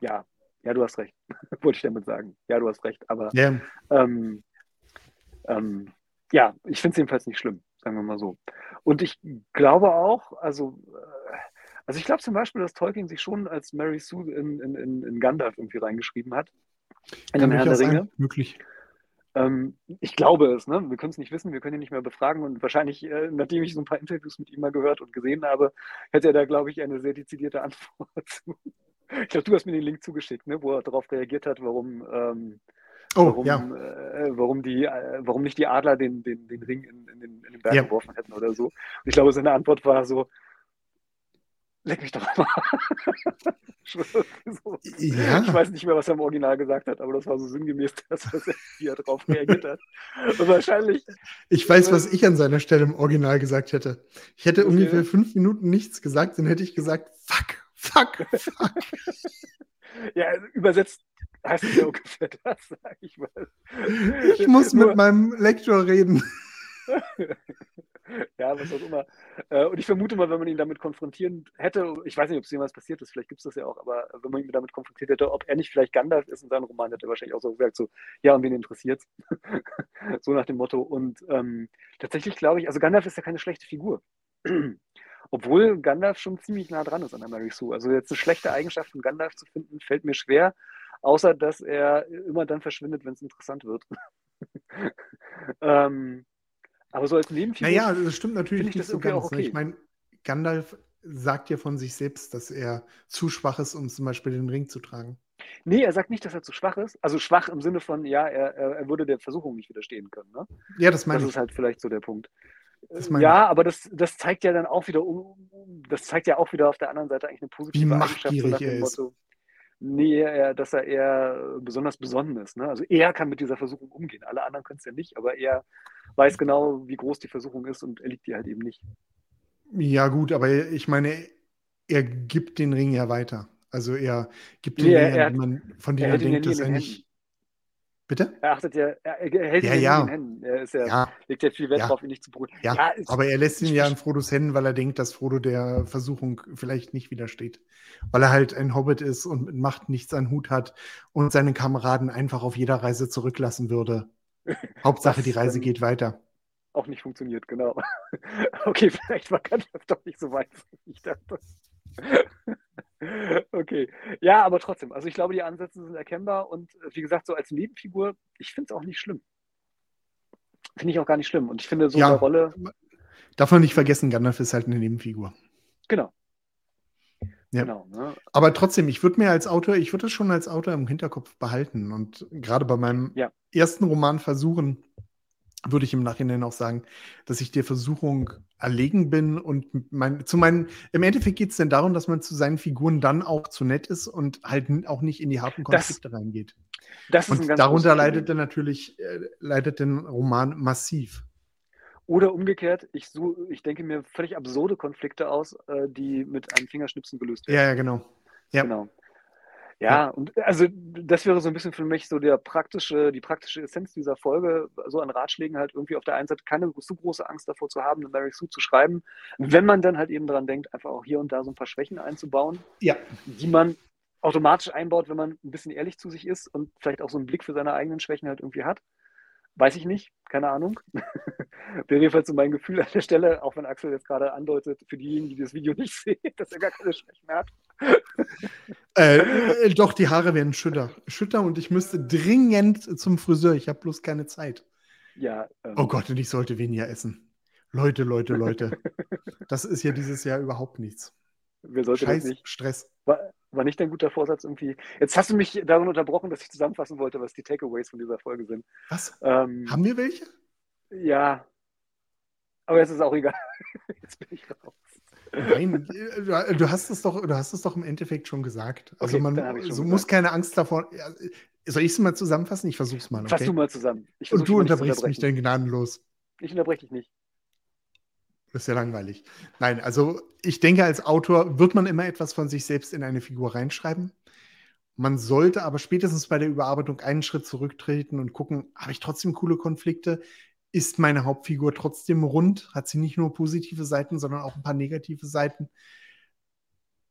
Speaker 2: ja, ja, du hast recht. Wollte ich damit sagen. Ja, du hast recht. Aber
Speaker 1: Ja.
Speaker 2: Ähm, ähm, ja, ich finde es jedenfalls nicht schlimm, sagen wir mal so. Und ich glaube auch, also, äh, also ich glaube zum Beispiel, dass Tolkien sich schon als Mary Sue in, in, in, in Gandalf irgendwie reingeschrieben hat. In
Speaker 1: kann
Speaker 2: den Herr der
Speaker 1: durchaus sein,
Speaker 2: Ringe.
Speaker 1: Möglich.
Speaker 2: Ähm, ich glaube es, ne? Wir können es nicht wissen, wir können ihn nicht mehr befragen und wahrscheinlich, äh, nachdem ich so ein paar Interviews mit ihm mal gehört und gesehen habe, hätte er da, glaube ich, eine sehr dezidierte Antwort zu. Ich glaube, du hast mir den Link zugeschickt, ne? wo er darauf reagiert hat, warum, ähm,
Speaker 1: Oh,
Speaker 2: warum,
Speaker 1: ja.
Speaker 2: äh, warum, die, äh, warum nicht die Adler den, den, den Ring in, in, den, in den Berg
Speaker 1: Ja.
Speaker 2: geworfen hätten oder so. Und ich glaube, seine Antwort war so, leck mich doch mal. so.
Speaker 1: Ja.
Speaker 2: Äh, Ich weiß nicht mehr, was er im Original gesagt hat, aber das war so sinngemäß, das, was er, wie er darauf reagiert hat. Und wahrscheinlich,
Speaker 1: Ich weiß, was ich an seiner Stelle im Original gesagt hätte. Ich hätte
Speaker 2: Okay.
Speaker 1: ungefähr fünf Minuten nichts gesagt, dann hätte ich gesagt, fuck, fuck, fuck.
Speaker 2: ja, übersetzt heißt es ja ungefähr das, sag ich mal.
Speaker 1: Ich muss
Speaker 2: Nur-
Speaker 1: mit meinem Lektor reden.
Speaker 2: Ja, was auch immer. Äh, Und ich vermute mal, wenn man ihn damit konfrontieren hätte, ich weiß nicht, ob es jemals passiert ist, vielleicht gibt es das ja auch, aber wenn man ihn damit konfrontiert hätte, ob er nicht vielleicht Gandalf ist in seinem Roman, hätte er wahrscheinlich auch so gesagt, so, ja, und wen interessiert's? so nach dem Motto. Und ähm, tatsächlich glaube ich, also Gandalf ist ja keine schlechte Figur. Obwohl Gandalf schon ziemlich nah dran ist an der Mary Sue. Also jetzt eine schlechte Eigenschaft von Gandalf zu finden, fällt mir schwer, außer dass er immer dann verschwindet, wenn es interessant wird. ähm, aber so als Nebenfigur
Speaker 1: Naja, das stimmt natürlich
Speaker 2: Finde ich
Speaker 1: nicht
Speaker 2: das
Speaker 1: so
Speaker 2: irgendwie
Speaker 1: ganz.
Speaker 2: auch
Speaker 1: ne?
Speaker 2: okay.
Speaker 1: Ich meine, Gandalf sagt ja von sich selbst, dass er zu schwach ist, um zum Beispiel den Ring zu tragen.
Speaker 2: Nee, er sagt nicht, dass er zu schwach ist. Also schwach im Sinne von, ja, er, er, er würde der Versuchung nicht widerstehen können. Ne?
Speaker 1: Ja, das meine
Speaker 2: Das
Speaker 1: ich.
Speaker 2: ist halt vielleicht so der Punkt.
Speaker 1: Das
Speaker 2: Äh,
Speaker 1: meine
Speaker 2: ja, aber das, das zeigt ja dann auch wieder, um- um- das zeigt ja auch wieder auf der anderen Seite eigentlich eine positive
Speaker 1: Wie
Speaker 2: Eigenschaft.
Speaker 1: machtgierig er ist.
Speaker 2: nee, er, dass er eher besonders besonnen ist. Ne? Also er kann mit dieser Versuchung umgehen. Alle anderen können es ja nicht, aber er weiß genau, wie groß die Versuchung ist und er liegt ihr halt eben nicht.
Speaker 1: Ja, gut, aber ich meine, er gibt den Ring ja weiter. Also er gibt den
Speaker 2: Nee,
Speaker 1: Ring,
Speaker 2: er-
Speaker 1: an jemanden, von dem er
Speaker 2: er hält ihn ja
Speaker 1: denkt,
Speaker 2: nie in
Speaker 1: dass er
Speaker 2: den
Speaker 1: nicht. Bitte?
Speaker 2: Er achtet ja, er, er hält
Speaker 1: Ja,
Speaker 2: ihn
Speaker 1: ja.
Speaker 2: in den Händen. Er ist ja,
Speaker 1: Ja,
Speaker 2: legt ja viel Wert
Speaker 1: Ja.
Speaker 2: drauf, ihn nicht zu brüten.
Speaker 1: Ja,
Speaker 2: ist-
Speaker 1: aber er lässt ihn
Speaker 2: ich-
Speaker 1: ja
Speaker 2: ich-
Speaker 1: in Frodos Händen, weil er denkt, dass Frodo der Versuchung vielleicht nicht widersteht. Weil er halt ein Hobbit ist und mit Macht nichts an Hut hat und seine Kameraden einfach auf jeder Reise zurücklassen würde. Hauptsache,
Speaker 2: Was
Speaker 1: die Reise
Speaker 2: denn?
Speaker 1: geht weiter.
Speaker 2: auch nicht funktioniert, genau. Okay, vielleicht war Gandalf doch nicht so weit, wie ich dachte. Okay, ja, aber trotzdem. Also ich glaube, die Ansätze sind erkennbar und äh, wie gesagt, so als Nebenfigur, ich finde es auch nicht schlimm. Finde ich auch gar nicht schlimm. Und ich finde so
Speaker 1: Ja.
Speaker 2: eine Rolle,
Speaker 1: Darf man nicht vergessen, Gandalf ist halt eine Nebenfigur.
Speaker 2: genau.
Speaker 1: Ja.
Speaker 2: Genau. Ne?
Speaker 1: Aber trotzdem, ich würde mir als Autor, ich würde es schon als Autor im Hinterkopf behalten. Und gerade bei meinem
Speaker 2: Ja.
Speaker 1: ersten Roman versuchen, würde ich im Nachhinein auch sagen, dass ich der Versuchung erlegen bin und mein, zu meinen, im Endeffekt geht es denn darum, dass man zu seinen Figuren dann auch zu nett ist und halt n- auch nicht in die harten
Speaker 2: Das-
Speaker 1: Konflikte reingeht.
Speaker 2: Das ist ein
Speaker 1: Und
Speaker 2: ganz
Speaker 1: darunter
Speaker 2: großes
Speaker 1: leidet dann
Speaker 2: Problem.
Speaker 1: natürlich, äh, leidet den Roman massiv.
Speaker 2: Oder umgekehrt, ich, such, ich denke mir völlig absurde Konflikte aus, äh, die mit einem Fingerschnipsen gelöst werden.
Speaker 1: Ja, ja, genau. Ja.
Speaker 2: Genau. Ja, und also das wäre so ein bisschen für mich so der praktische, die praktische Essenz dieser Folge, so an Ratschlägen halt irgendwie auf der einen Seite keine so große Angst davor zu haben, eine Mary Sue zu schreiben, wenn man dann halt eben dran denkt, einfach auch hier und da so ein paar Schwächen einzubauen,
Speaker 1: Ja.
Speaker 2: die man automatisch einbaut, wenn man ein bisschen ehrlich zu sich ist und vielleicht auch so einen Blick für seine eigenen Schwächen halt irgendwie hat. Weiß ich nicht, keine Ahnung. Wäre jedenfalls so mein Gefühl an der Stelle, auch wenn Axel jetzt gerade andeutet, für diejenigen, die das Video nicht sehen, dass er gar keine Schwächen hat.
Speaker 1: Äh, äh, doch, die Haare werden schütter. Schütter und ich müsste dringend zum Friseur. Ich habe bloß keine Zeit.
Speaker 2: Ja, ähm,
Speaker 1: Oh Gott, und ich sollte weniger essen. Leute, Leute, Leute. Das ist ja dieses Jahr überhaupt nichts.
Speaker 2: Wer sollte
Speaker 1: Scheiß
Speaker 2: das nicht?
Speaker 1: Stress.
Speaker 2: War, war nicht dein guter Vorsatz irgendwie? Jetzt hast du mich darin unterbrochen, dass ich zusammenfassen wollte, was die Takeaways von dieser Folge sind.
Speaker 1: Was?
Speaker 2: Ähm,
Speaker 1: Haben wir welche?
Speaker 2: ja. Aber jetzt ist auch egal. Jetzt bin ich raus.
Speaker 1: Nein, äh, du hast es doch, du hast es doch im Endeffekt schon gesagt. Also
Speaker 2: Okay,
Speaker 1: man
Speaker 2: dann hab ich schon
Speaker 1: so
Speaker 2: gesagt.
Speaker 1: muss keine Angst davor. ja, Soll ich es mal zusammenfassen? Ich versuch's mal.
Speaker 2: Fass
Speaker 1: Okay?
Speaker 2: du mal zusammen. Ich
Speaker 1: und
Speaker 2: versuch
Speaker 1: du
Speaker 2: mal nicht zu
Speaker 1: unterbrichst mich
Speaker 2: unterbrechen.
Speaker 1: denn gnadenlos.
Speaker 2: Ich unterbreche dich nicht.
Speaker 1: Das ist ja langweilig. Nein, also ich denke, als Autor wird man immer etwas von sich selbst in eine Figur reinschreiben. Man sollte aber spätestens bei der Überarbeitung einen Schritt zurücktreten und gucken, habe ich trotzdem coole Konflikte? Ist meine Hauptfigur trotzdem rund? Hat sie nicht nur positive Seiten, sondern auch ein paar negative Seiten?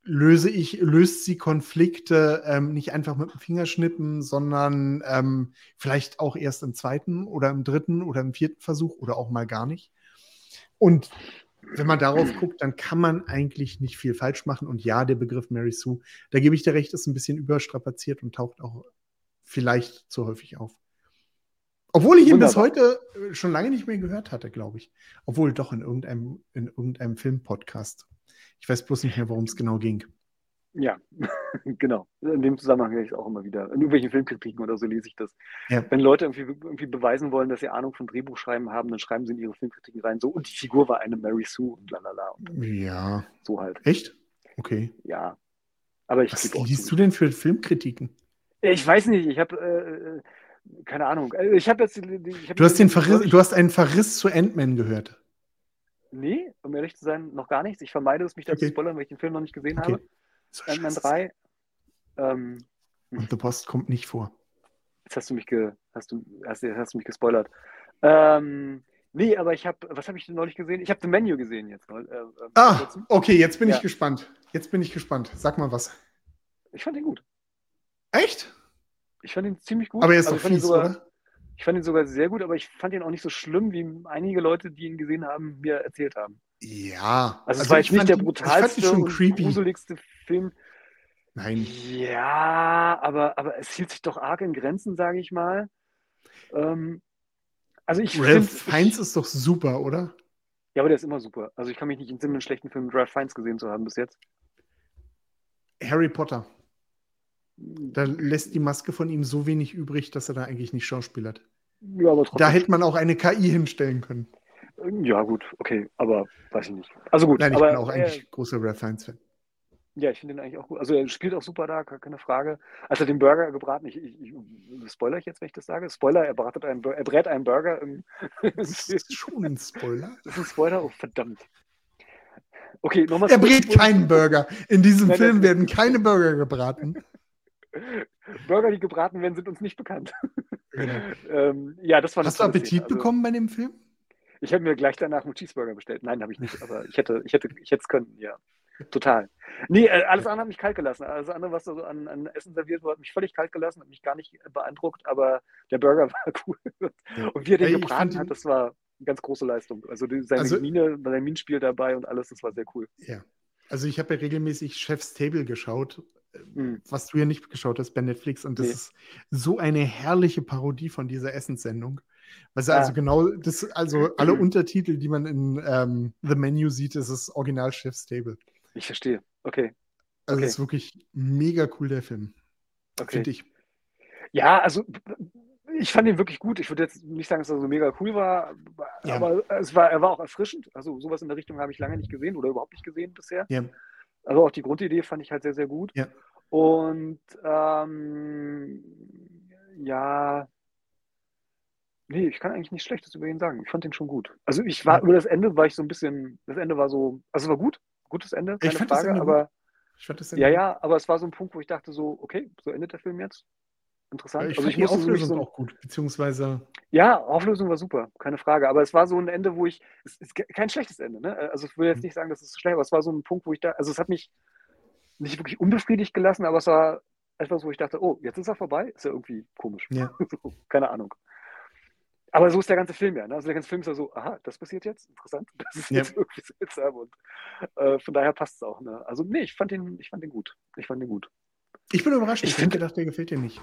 Speaker 1: Löse ich, löst sie Konflikte ähm, nicht einfach mit dem Fingerschnippen, sondern ähm, vielleicht auch erst im zweiten oder im dritten oder im vierten Versuch oder auch mal gar nicht. Und wenn man darauf guckt, dann kann man eigentlich nicht viel falsch machen. Und ja, der Begriff Mary Sue, da gebe ich dir recht, ist ein bisschen überstrapaziert und taucht auch vielleicht zu häufig auf. Obwohl ich ihn bis
Speaker 2: Wunderbar.
Speaker 1: heute äh, schon lange nicht mehr gehört hatte, glaube ich. Obwohl doch in irgendeinem, in irgendeinem Film-Podcast. Ich weiß bloß nicht mehr, worum es genau ging.
Speaker 2: Ja, genau. In dem Zusammenhang höre ich es auch immer wieder. In irgendwelchen Filmkritiken oder so lese ich das.
Speaker 1: Ja.
Speaker 2: Wenn Leute irgendwie, irgendwie beweisen wollen, dass sie Ahnung von Drehbuchschreiben haben, dann schreiben sie in ihre Filmkritiken rein so, und die Figur war eine Mary Sue und lalala und
Speaker 1: Ja.
Speaker 2: so halt.
Speaker 1: Echt? Okay.
Speaker 2: Ja. Aber ich
Speaker 1: Was
Speaker 2: gebe auch
Speaker 1: liest
Speaker 2: zu.
Speaker 1: du denn für Filmkritiken?
Speaker 2: Ich weiß nicht, ich habe äh, keine Ahnung. Also Ich habe jetzt. die- die- Ich hab
Speaker 1: Du hast, den Verriss,
Speaker 2: Verriss.
Speaker 1: du hast einen Verriss zu Ant-Man gehört.
Speaker 2: Nee, um ehrlich zu sein, noch gar nichts. Ich vermeide es, mich da zu
Speaker 1: Okay.
Speaker 2: spoilern, weil ich den Film noch nicht gesehen
Speaker 1: Okay.
Speaker 2: habe.
Speaker 1: So
Speaker 2: Ant-Man
Speaker 1: scheiße.
Speaker 2: 3. Ähm,
Speaker 1: Und The Post kommt nicht vor.
Speaker 2: jetzt hast du mich ge, hast du, hast, du- hast du mich gespoilert. Ähm, nee, aber ich habe, was habe ich denn neulich gesehen? Ich habe The Menu gesehen jetzt. neul- Äh, äh,
Speaker 1: Ah,
Speaker 2: kurzem.
Speaker 1: okay, jetzt bin
Speaker 2: Ja.
Speaker 1: ich gespannt. Jetzt bin ich gespannt. Sag mal was.
Speaker 2: Ich fand ihn gut.
Speaker 1: Echt?
Speaker 2: Ich fand ihn ziemlich gut.
Speaker 1: Aber er ist
Speaker 2: Also
Speaker 1: doch
Speaker 2: ich fand ihn
Speaker 1: fies,
Speaker 2: sogar-
Speaker 1: oder?
Speaker 2: Ich fand ihn sogar sehr gut, aber ich fand ihn auch nicht so schlimm, wie einige Leute, die ihn gesehen haben, mir erzählt haben.
Speaker 1: Ja.
Speaker 2: Also, es war jetzt nicht
Speaker 1: fand
Speaker 2: der
Speaker 1: ihn-
Speaker 2: brutalste
Speaker 1: Ich fand ihn schon
Speaker 2: und
Speaker 1: creepy. Hm.
Speaker 2: gruseligste Film.
Speaker 1: Nein.
Speaker 2: Ja, aber, aber es hielt sich doch arg in Grenzen, sage ich mal. Ähm, also ich
Speaker 1: Ralph
Speaker 2: find-
Speaker 1: Fiennes ist doch super, oder?
Speaker 2: Ja, aber der ist immer super. Also ich kann mich nicht entsinnen, einen schlechten Film mit Ralph Fiennes gesehen zu haben bis jetzt.
Speaker 1: Harry Potter. Da lässt die Maske von ihm so wenig übrig, dass er da eigentlich nicht schauspielert.
Speaker 2: Ja, aber
Speaker 1: Da
Speaker 2: trotzdem.
Speaker 1: hätte man auch eine KI hinstellen können.
Speaker 2: Ja, gut, okay, aber weiß ich nicht. Also gut,
Speaker 1: Nein, ich
Speaker 2: aber
Speaker 1: bin auch eigentlich
Speaker 2: äh,
Speaker 1: großer Ralph Fiennes-Fan.
Speaker 2: ja, ich finde ihn eigentlich auch gut. Also er spielt auch super da, gar keine Frage. Als er den Burger gebraten, ich, ich, ich spoiler ich jetzt, wenn ich das sage? Spoiler, er, bratet einen, Bur- er brät einen Burger im
Speaker 1: Das ist schon ein Spoiler.
Speaker 2: Das ist ein Spoiler? Oh, verdammt. Okay, nochmal.
Speaker 1: Er brät keinen Burger. In diesem
Speaker 2: Nein,
Speaker 1: Film
Speaker 2: das-
Speaker 1: werden keine Burger gebraten.
Speaker 2: Burger, die gebraten werden, sind uns nicht bekannt. ähm, ja, das war eine
Speaker 1: Hast du
Speaker 2: tolle Szene.
Speaker 1: Appetit
Speaker 2: Also,
Speaker 1: bekommen bei dem Film?
Speaker 2: Ich habe mir gleich danach einen Cheeseburger bestellt. Nein, habe ich nicht, aber ich hätte, ich hätte, ich hätte es können, ja. Total. Nee, äh, alles andere hat mich kalt gelassen. Alles andere, was da so an, an Essen serviert wurde, hat mich völlig kalt gelassen, hat mich gar nicht beeindruckt, aber der Burger war cool. Und wie er
Speaker 1: Ey,
Speaker 2: den
Speaker 1: ich fand
Speaker 2: gebraten
Speaker 1: ihn-
Speaker 2: hat, das war eine ganz große Leistung. Also die, seine
Speaker 1: Also-
Speaker 2: Miene, sein Minenspiel dabei und alles, das war sehr cool.
Speaker 1: Also ich habe ja regelmäßig Chef's Table geschaut,
Speaker 2: Mhm.
Speaker 1: was du ja nicht geschaut hast bei Netflix. Und das
Speaker 2: Nee.
Speaker 1: ist so eine herrliche Parodie von dieser Essenssendung. Weil sie
Speaker 2: Ah.
Speaker 1: also genau, das, also alle
Speaker 2: Mhm.
Speaker 1: Untertitel, die man in ähm, The Menu sieht, ist das Original Chef's Table.
Speaker 2: Ich verstehe. Okay.
Speaker 1: Also
Speaker 2: Okay.
Speaker 1: es ist wirklich mega cool, der Film.
Speaker 2: Okay.
Speaker 1: Finde ich.
Speaker 2: Ja, also ich fand ihn wirklich gut. Ich würde jetzt nicht sagen, dass er so mega cool war,
Speaker 1: Ja.
Speaker 2: aber es war, er war auch erfrischend. Also sowas in der Richtung habe ich lange nicht gesehen oder überhaupt nicht gesehen bisher.
Speaker 1: Ja.
Speaker 2: Also auch die Grundidee fand ich halt sehr, sehr gut.
Speaker 1: Ja.
Speaker 2: Und ähm, ja, nee, ich kann eigentlich nichts Schlechtes über ihn sagen. Ich fand ihn schon gut. Also ich war
Speaker 1: Ja.
Speaker 2: über das Ende war ich so ein bisschen, das Ende war so, also es war gut, gutes Ende, keine
Speaker 1: fand das
Speaker 2: Frage,
Speaker 1: Ende gut.
Speaker 2: aber
Speaker 1: Ich fand das
Speaker 2: ja, ja, aber es war so ein Punkt, wo ich dachte so, okay, so endet der Film jetzt. Interessant.
Speaker 1: Ich
Speaker 2: also
Speaker 1: fand
Speaker 2: ich
Speaker 1: die
Speaker 2: musste nämlich
Speaker 1: Auflösung
Speaker 2: so,
Speaker 1: auch gut, beziehungsweise
Speaker 2: ja, Auflösung war super, keine Frage. Aber es war so ein Ende, wo ich, es ist ke- kein schlechtes Ende, ne? Also ich will jetzt
Speaker 1: Mhm.
Speaker 2: nicht sagen, das ist so schlecht, aber es war so ein Punkt, wo ich da, also es hat mich nicht wirklich unbefriedigt gelassen, aber es war etwas, wo ich dachte, oh, jetzt ist er vorbei, ist ja irgendwie komisch.
Speaker 1: Ja.
Speaker 2: So, keine Ahnung. Aber so ist der ganze Film ja. Ne? Also der ganze Film ist ja so, aha, das passiert jetzt, interessant, das ist
Speaker 1: Ja.
Speaker 2: jetzt irgendwie seltsam und äh, von daher passt es auch. Ne? Also nee, ich fand den, ich fand den gut. Ich fand den gut.
Speaker 1: Ich bin überrascht. Ich, ich
Speaker 2: Ich
Speaker 1: hätte
Speaker 2: find-
Speaker 1: gedacht, der gefällt dir nicht.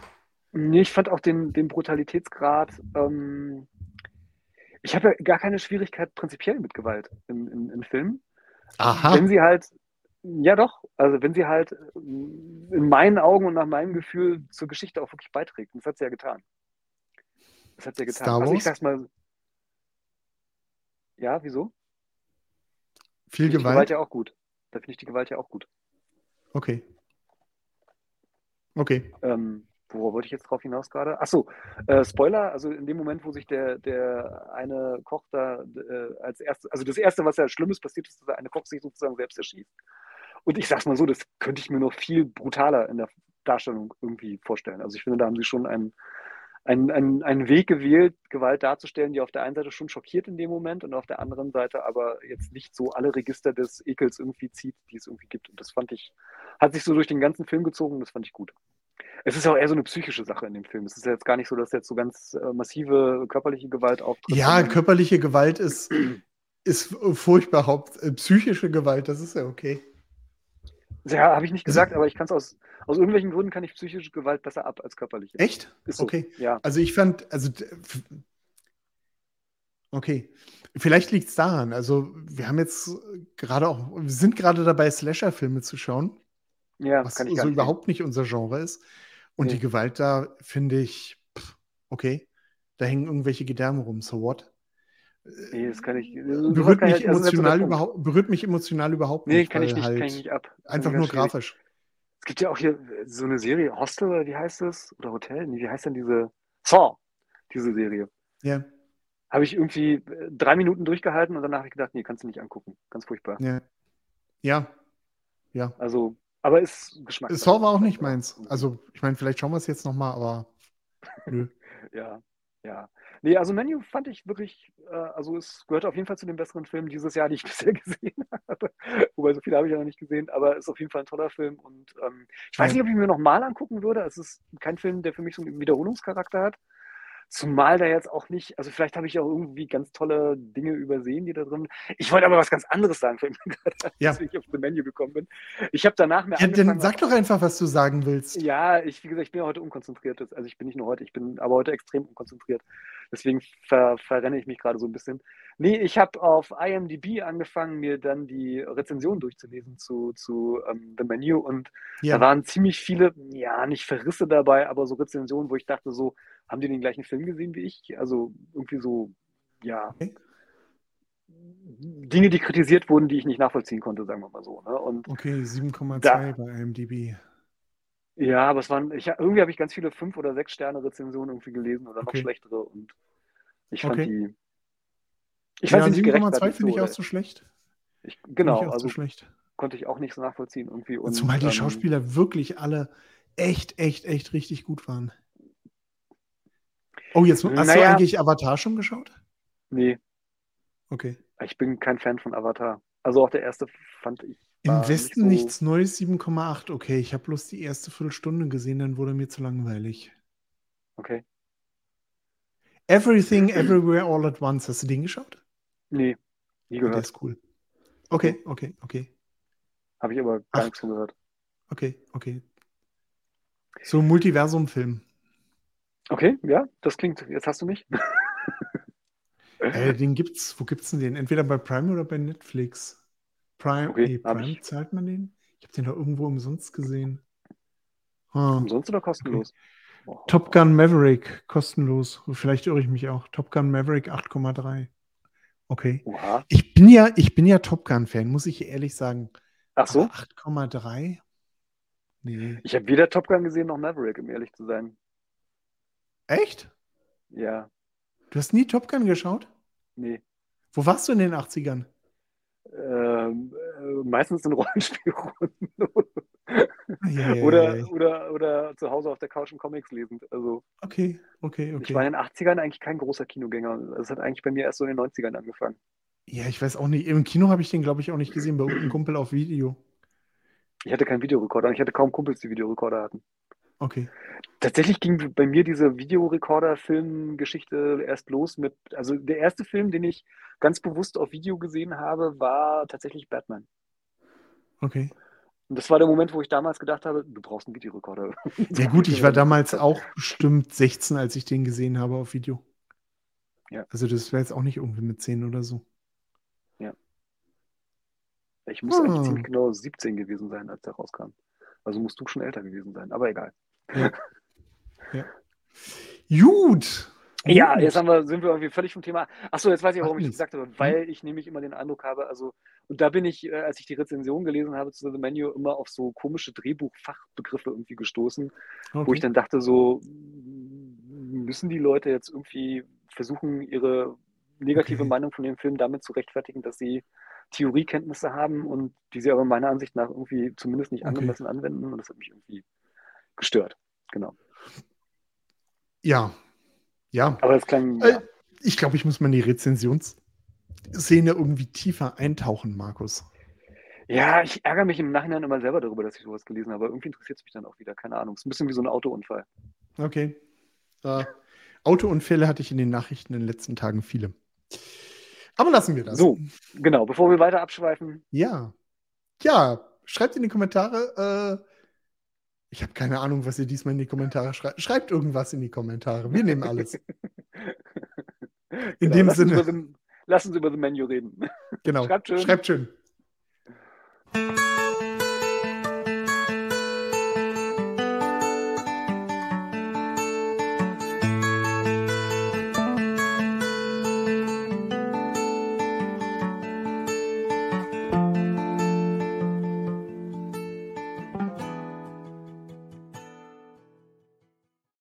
Speaker 2: Nee, ich fand auch den, den Brutalitätsgrad. Ähm, ich habe ja gar keine Schwierigkeit prinzipiell mit Gewalt in, in, in Filmen. Wenn
Speaker 1: Aha.
Speaker 2: sie halt, ja doch, also wenn sie halt ähm, in meinen Augen und nach meinem Gefühl zur Geschichte auch wirklich beiträgt. Und das hat sie ja getan. Das hat sie ja getan.
Speaker 1: Star
Speaker 2: Also ich
Speaker 1: Wars?
Speaker 2: sag's mal. Ja, wieso?
Speaker 1: Viel
Speaker 2: Finde ich Gewalt
Speaker 1: Gewalt.
Speaker 2: ja auch gut. Da finde ich die Gewalt ja auch gut.
Speaker 1: Okay. Okay.
Speaker 2: Ähm, worauf wollte ich jetzt drauf hinaus gerade? Achso, äh, Spoiler, also in dem Moment, wo sich der, der eine Koch da äh, als erstes, also das Erste, was ja Schlimmes passiert ist, dass der eine Koch sich sozusagen selbst erschießt. Und ich sag's mal so, das könnte ich mir noch viel brutaler in der Darstellung irgendwie vorstellen. Also ich finde, da haben sie schon einen, einen, einen, einen Weg gewählt, Gewalt darzustellen, die auf der einen Seite schon schockiert in dem Moment und auf der anderen Seite aber jetzt nicht so alle Register des Ekels irgendwie zieht, die es irgendwie gibt. Und das fand ich, hat sich so durch den ganzen Film gezogen, das fand ich gut. Es ist auch eher so eine psychische Sache in dem Film. Es ist ja jetzt gar nicht so, dass jetzt so ganz äh, massive körperliche Gewalt auftritt.
Speaker 1: Ja,
Speaker 2: sondern-
Speaker 1: körperliche Gewalt ist, ist furchtbar. Haupt äh, psychische Gewalt, das ist ja okay.
Speaker 2: ja habe ich nicht gesagt, aber ich kann es aus, aus irgendwelchen Gründen kann ich psychische Gewalt besser ab als körperliche.
Speaker 1: Echt?
Speaker 2: Ist so.
Speaker 1: Okay.
Speaker 2: Ja.
Speaker 1: Also ich fand, also d- f- okay. Vielleicht liegt es daran. Also wir haben jetzt gerade auch, wir sind gerade dabei, Slasher-Filme zu schauen.
Speaker 2: Ja,
Speaker 1: was
Speaker 2: kann ich gar
Speaker 1: so
Speaker 2: nicht.
Speaker 1: überhaupt nicht unser Genre ist. Und
Speaker 2: Nee.
Speaker 1: die Gewalt da finde ich, pff, okay, da hängen irgendwelche Gedärme rum, so what?
Speaker 2: sehen. Nee, das kann ich.
Speaker 1: Berührt
Speaker 2: kann ich-
Speaker 1: mich,
Speaker 2: also das ist so der
Speaker 1: emotional
Speaker 2: Punkt.
Speaker 1: überhaupt, berührt mich emotional überhaupt
Speaker 2: Nee,
Speaker 1: nicht.
Speaker 2: kann ich
Speaker 1: weil
Speaker 2: nicht,
Speaker 1: halt
Speaker 2: kann ich nicht ab. Das
Speaker 1: Einfach
Speaker 2: ist
Speaker 1: nur
Speaker 2: ganz schwierig.
Speaker 1: grafisch.
Speaker 2: Es gibt ja auch hier äh, so eine Serie, Hostel, oder wie heißt es? Oder Hotel? Nee, wie heißt denn diese? Saw, diese Serie.
Speaker 1: Ja,
Speaker 2: Habe ich irgendwie äh, drei Minuten durchgehalten und danach habe ich gedacht, nee, kannst du nicht angucken. Ganz furchtbar.
Speaker 1: ja. Ja. Ja.
Speaker 2: Also, aber ist Geschmack.
Speaker 1: Saw war auch nicht meins. Also, ich meine, vielleicht schauen wir es jetzt nochmal, aber nö.
Speaker 2: Ja, ja. Nee, also Menu fand ich wirklich, äh, also es gehört auf jeden Fall zu den besseren Filmen dieses Jahr, die ich bisher gesehen habe. Wobei so viele habe ich ja noch nicht gesehen, aber ist auf jeden Fall ein toller Film. Und ähm, ich weiß
Speaker 1: Ja.
Speaker 2: nicht, ob ich mir nochmal angucken würde. Es ist kein Film, der für mich so einen Wiederholungscharakter hat. Zumal da jetzt auch nicht, also vielleicht habe ich auch irgendwie ganz tolle Dinge übersehen, die da drin. Ich wollte aber was ganz anderes sagen, fällt mir gerade ein,
Speaker 1: Ja.
Speaker 2: dass ich auf The Menu gekommen bin. Ich habe danach mehr
Speaker 1: Ja, dann
Speaker 2: angefangen.
Speaker 1: sag doch einfach, was du sagen willst.
Speaker 2: Ja, ich, wie gesagt, ich bin ja heute unkonzentriert. Das- Also ich bin nicht nur heute, ich bin aber heute extrem unkonzentriert. Deswegen ver, verrenne ich mich gerade so ein bisschen. Nee, ich habe auf IMDb angefangen, mir dann die Rezension durchzulesen zu, zu ähm, The Menu und da
Speaker 1: Ja,
Speaker 2: waren ziemlich viele, ja, nicht Verrisse dabei, aber so Rezensionen, wo ich dachte, so, haben die den gleichen Film gesehen wie ich? Also irgendwie so, ja.
Speaker 1: Okay.
Speaker 2: Dinge, die kritisiert wurden, die ich nicht nachvollziehen konnte, sagen wir mal so. Ne? Und
Speaker 1: okay, 7,2
Speaker 2: Da-
Speaker 1: bei IMDb.
Speaker 2: ja, aber es waren, ich, irgendwie habe ich ganz viele fünf oder sechs Sterne Rezensionen irgendwie gelesen oder noch
Speaker 1: Okay.
Speaker 2: schlechtere und ich fand
Speaker 1: Okay.
Speaker 2: die. Ich
Speaker 1: ja,
Speaker 2: fand sie nicht gerecht.
Speaker 1: 7,2
Speaker 2: nicht so,
Speaker 1: finde ich auch
Speaker 2: oder-
Speaker 1: so schlecht.
Speaker 2: ich,
Speaker 1: Finde
Speaker 2: genau,
Speaker 1: ich auch
Speaker 2: also
Speaker 1: so schlecht.
Speaker 2: konnte ich auch nicht so nachvollziehen irgendwie. Und,
Speaker 1: Zumal die
Speaker 2: ähm,
Speaker 1: Schauspieler wirklich alle echt, echt, echt richtig gut waren. Oh, jetzt hast du
Speaker 2: Naja.
Speaker 1: eigentlich Avatar schon geschaut?
Speaker 2: Nee,
Speaker 1: Okay.
Speaker 2: ich bin kein Fan von Avatar. Also auch der erste fand ich.
Speaker 1: Im
Speaker 2: War
Speaker 1: Westen
Speaker 2: nicht so-
Speaker 1: nichts Neues, 7,8. Okay, ich habe bloß die erste Viertelstunde gesehen, dann wurde mir zu langweilig.
Speaker 2: Okay.
Speaker 1: Everything, Everywhere, All at Once. Hast du den geschaut?
Speaker 2: Nee, nie
Speaker 1: Der
Speaker 2: gehört. Mhm.
Speaker 1: ist cool. Okay, okay, okay,
Speaker 2: Habe ich aber
Speaker 1: Ach.
Speaker 2: gar nichts von gehört.
Speaker 1: okay, okay. So ein Multiversum-Film.
Speaker 2: Okay, ja, das klingt. Jetzt hast du mich.
Speaker 1: Äh, den gibt's. Wo gibt's denn den? Entweder bei Prime oder bei Netflix. Prime,
Speaker 2: Okay,
Speaker 1: nee,
Speaker 2: hab
Speaker 1: Prime
Speaker 2: ich.
Speaker 1: zahlt man den? Ich habe den doch irgendwo umsonst gesehen. Hm.
Speaker 2: Umsonst oder kostenlos? Oh.
Speaker 1: Top Gun Maverick, kostenlos. Vielleicht irre ich mich auch. Top Gun Maverick 8,3. Okay.
Speaker 2: Oh, Oha.
Speaker 1: Ich bin ja, ich bin ja Top Gun-Fan, muss ich ehrlich sagen.
Speaker 2: Ach so?
Speaker 1: Aber 8,3? Nee.
Speaker 2: Ich habe weder Top Gun gesehen noch Maverick, um ehrlich zu sein.
Speaker 1: Echt?
Speaker 2: Ja,
Speaker 1: Du hast nie Top Gun geschaut?
Speaker 2: nee.
Speaker 1: Wo warst du in den 80ern?
Speaker 2: Ähm, äh, meistens in Rollenspielrunden
Speaker 1: Eieieiei.
Speaker 2: oder, oder, oder zu Hause auf der Couch und Comics lesend. Also
Speaker 1: Okay, okay,
Speaker 2: ich
Speaker 1: okay.
Speaker 2: war in den 80ern eigentlich kein großer Kinogänger. Es hat eigentlich bei mir erst so in den 90ern angefangen.
Speaker 1: Ja, ich weiß auch nicht. Im Kino habe ich den, glaube ich, auch nicht gesehen, bei irgendeinem Kumpel auf Video.
Speaker 2: Ich hatte keinen Videorekorder und ich hatte kaum Kumpels, die Videorekorder hatten.
Speaker 1: Okay.
Speaker 2: Tatsächlich ging bei mir diese Videorekorder-Film-Geschichte erst los mit, also der erste Film, den ich ganz bewusst auf Video gesehen habe, war tatsächlich Batman.
Speaker 1: Okay.
Speaker 2: Und das war der Moment, wo ich damals gedacht habe, du brauchst einen Videorekorder.
Speaker 1: Ja gut, ich war damals auch bestimmt 16, als ich den gesehen habe auf Video.
Speaker 2: Ja.
Speaker 1: Also das wäre jetzt auch nicht irgendwie mit 10 oder so.
Speaker 2: Ich muss eigentlich
Speaker 1: Hm.
Speaker 2: ziemlich genau 17 gewesen sein, als der rauskam. Also musst du schon älter gewesen sein, aber egal.
Speaker 1: Gut.
Speaker 2: Ja,
Speaker 1: Gut.
Speaker 2: jetzt haben wir, sind wir irgendwie völlig vom Thema. Achso, jetzt weiß ich, warum
Speaker 1: Macht
Speaker 2: ich das
Speaker 1: nichts.
Speaker 2: gesagt habe, weil ich nämlich immer den Eindruck habe, also, und da bin ich, äh, als ich die Rezension gelesen habe zu The Menu, immer auf so komische Drehbuchfachbegriffe irgendwie gestoßen, wo
Speaker 1: okay.
Speaker 2: ich dann dachte, so, m- müssen die Leute jetzt irgendwie versuchen, ihre negative
Speaker 1: Okay.
Speaker 2: Meinung von dem Film damit zu rechtfertigen, dass sie Theoriekenntnisse haben und die sie aber meiner Ansicht nach irgendwie zumindest nicht
Speaker 1: Okay.
Speaker 2: angemessen anwenden und das hat mich irgendwie gestört. Genau.
Speaker 1: ja. Ja.
Speaker 2: Aber es klang,
Speaker 1: Äh,
Speaker 2: ja,
Speaker 1: Ich glaube, ich muss mal in die Rezensionsszene irgendwie tiefer eintauchen, Markus.
Speaker 2: ja, ich ärgere mich im Nachhinein immer selber darüber, dass ich sowas gelesen habe, aber irgendwie interessiert es mich dann auch wieder, keine Ahnung. Es ist ein bisschen wie so ein Autounfall.
Speaker 1: Okay. Äh, Autounfälle hatte ich in den Nachrichten in den letzten Tagen viele. Aber lassen wir das.
Speaker 2: So, genau, bevor wir weiter abschweifen,
Speaker 1: Ja. Ja, schreibt in die Kommentare. Äh, ich habe keine Ahnung, was ihr diesmal in die Kommentare schreibt. Schreibt irgendwas in die Kommentare. Wir nehmen alles.
Speaker 2: in
Speaker 1: dem Sinne.
Speaker 2: Genau, Lass uns über The Menu reden.
Speaker 1: Genau.
Speaker 2: Schreibt schön.
Speaker 1: Schreibt schön.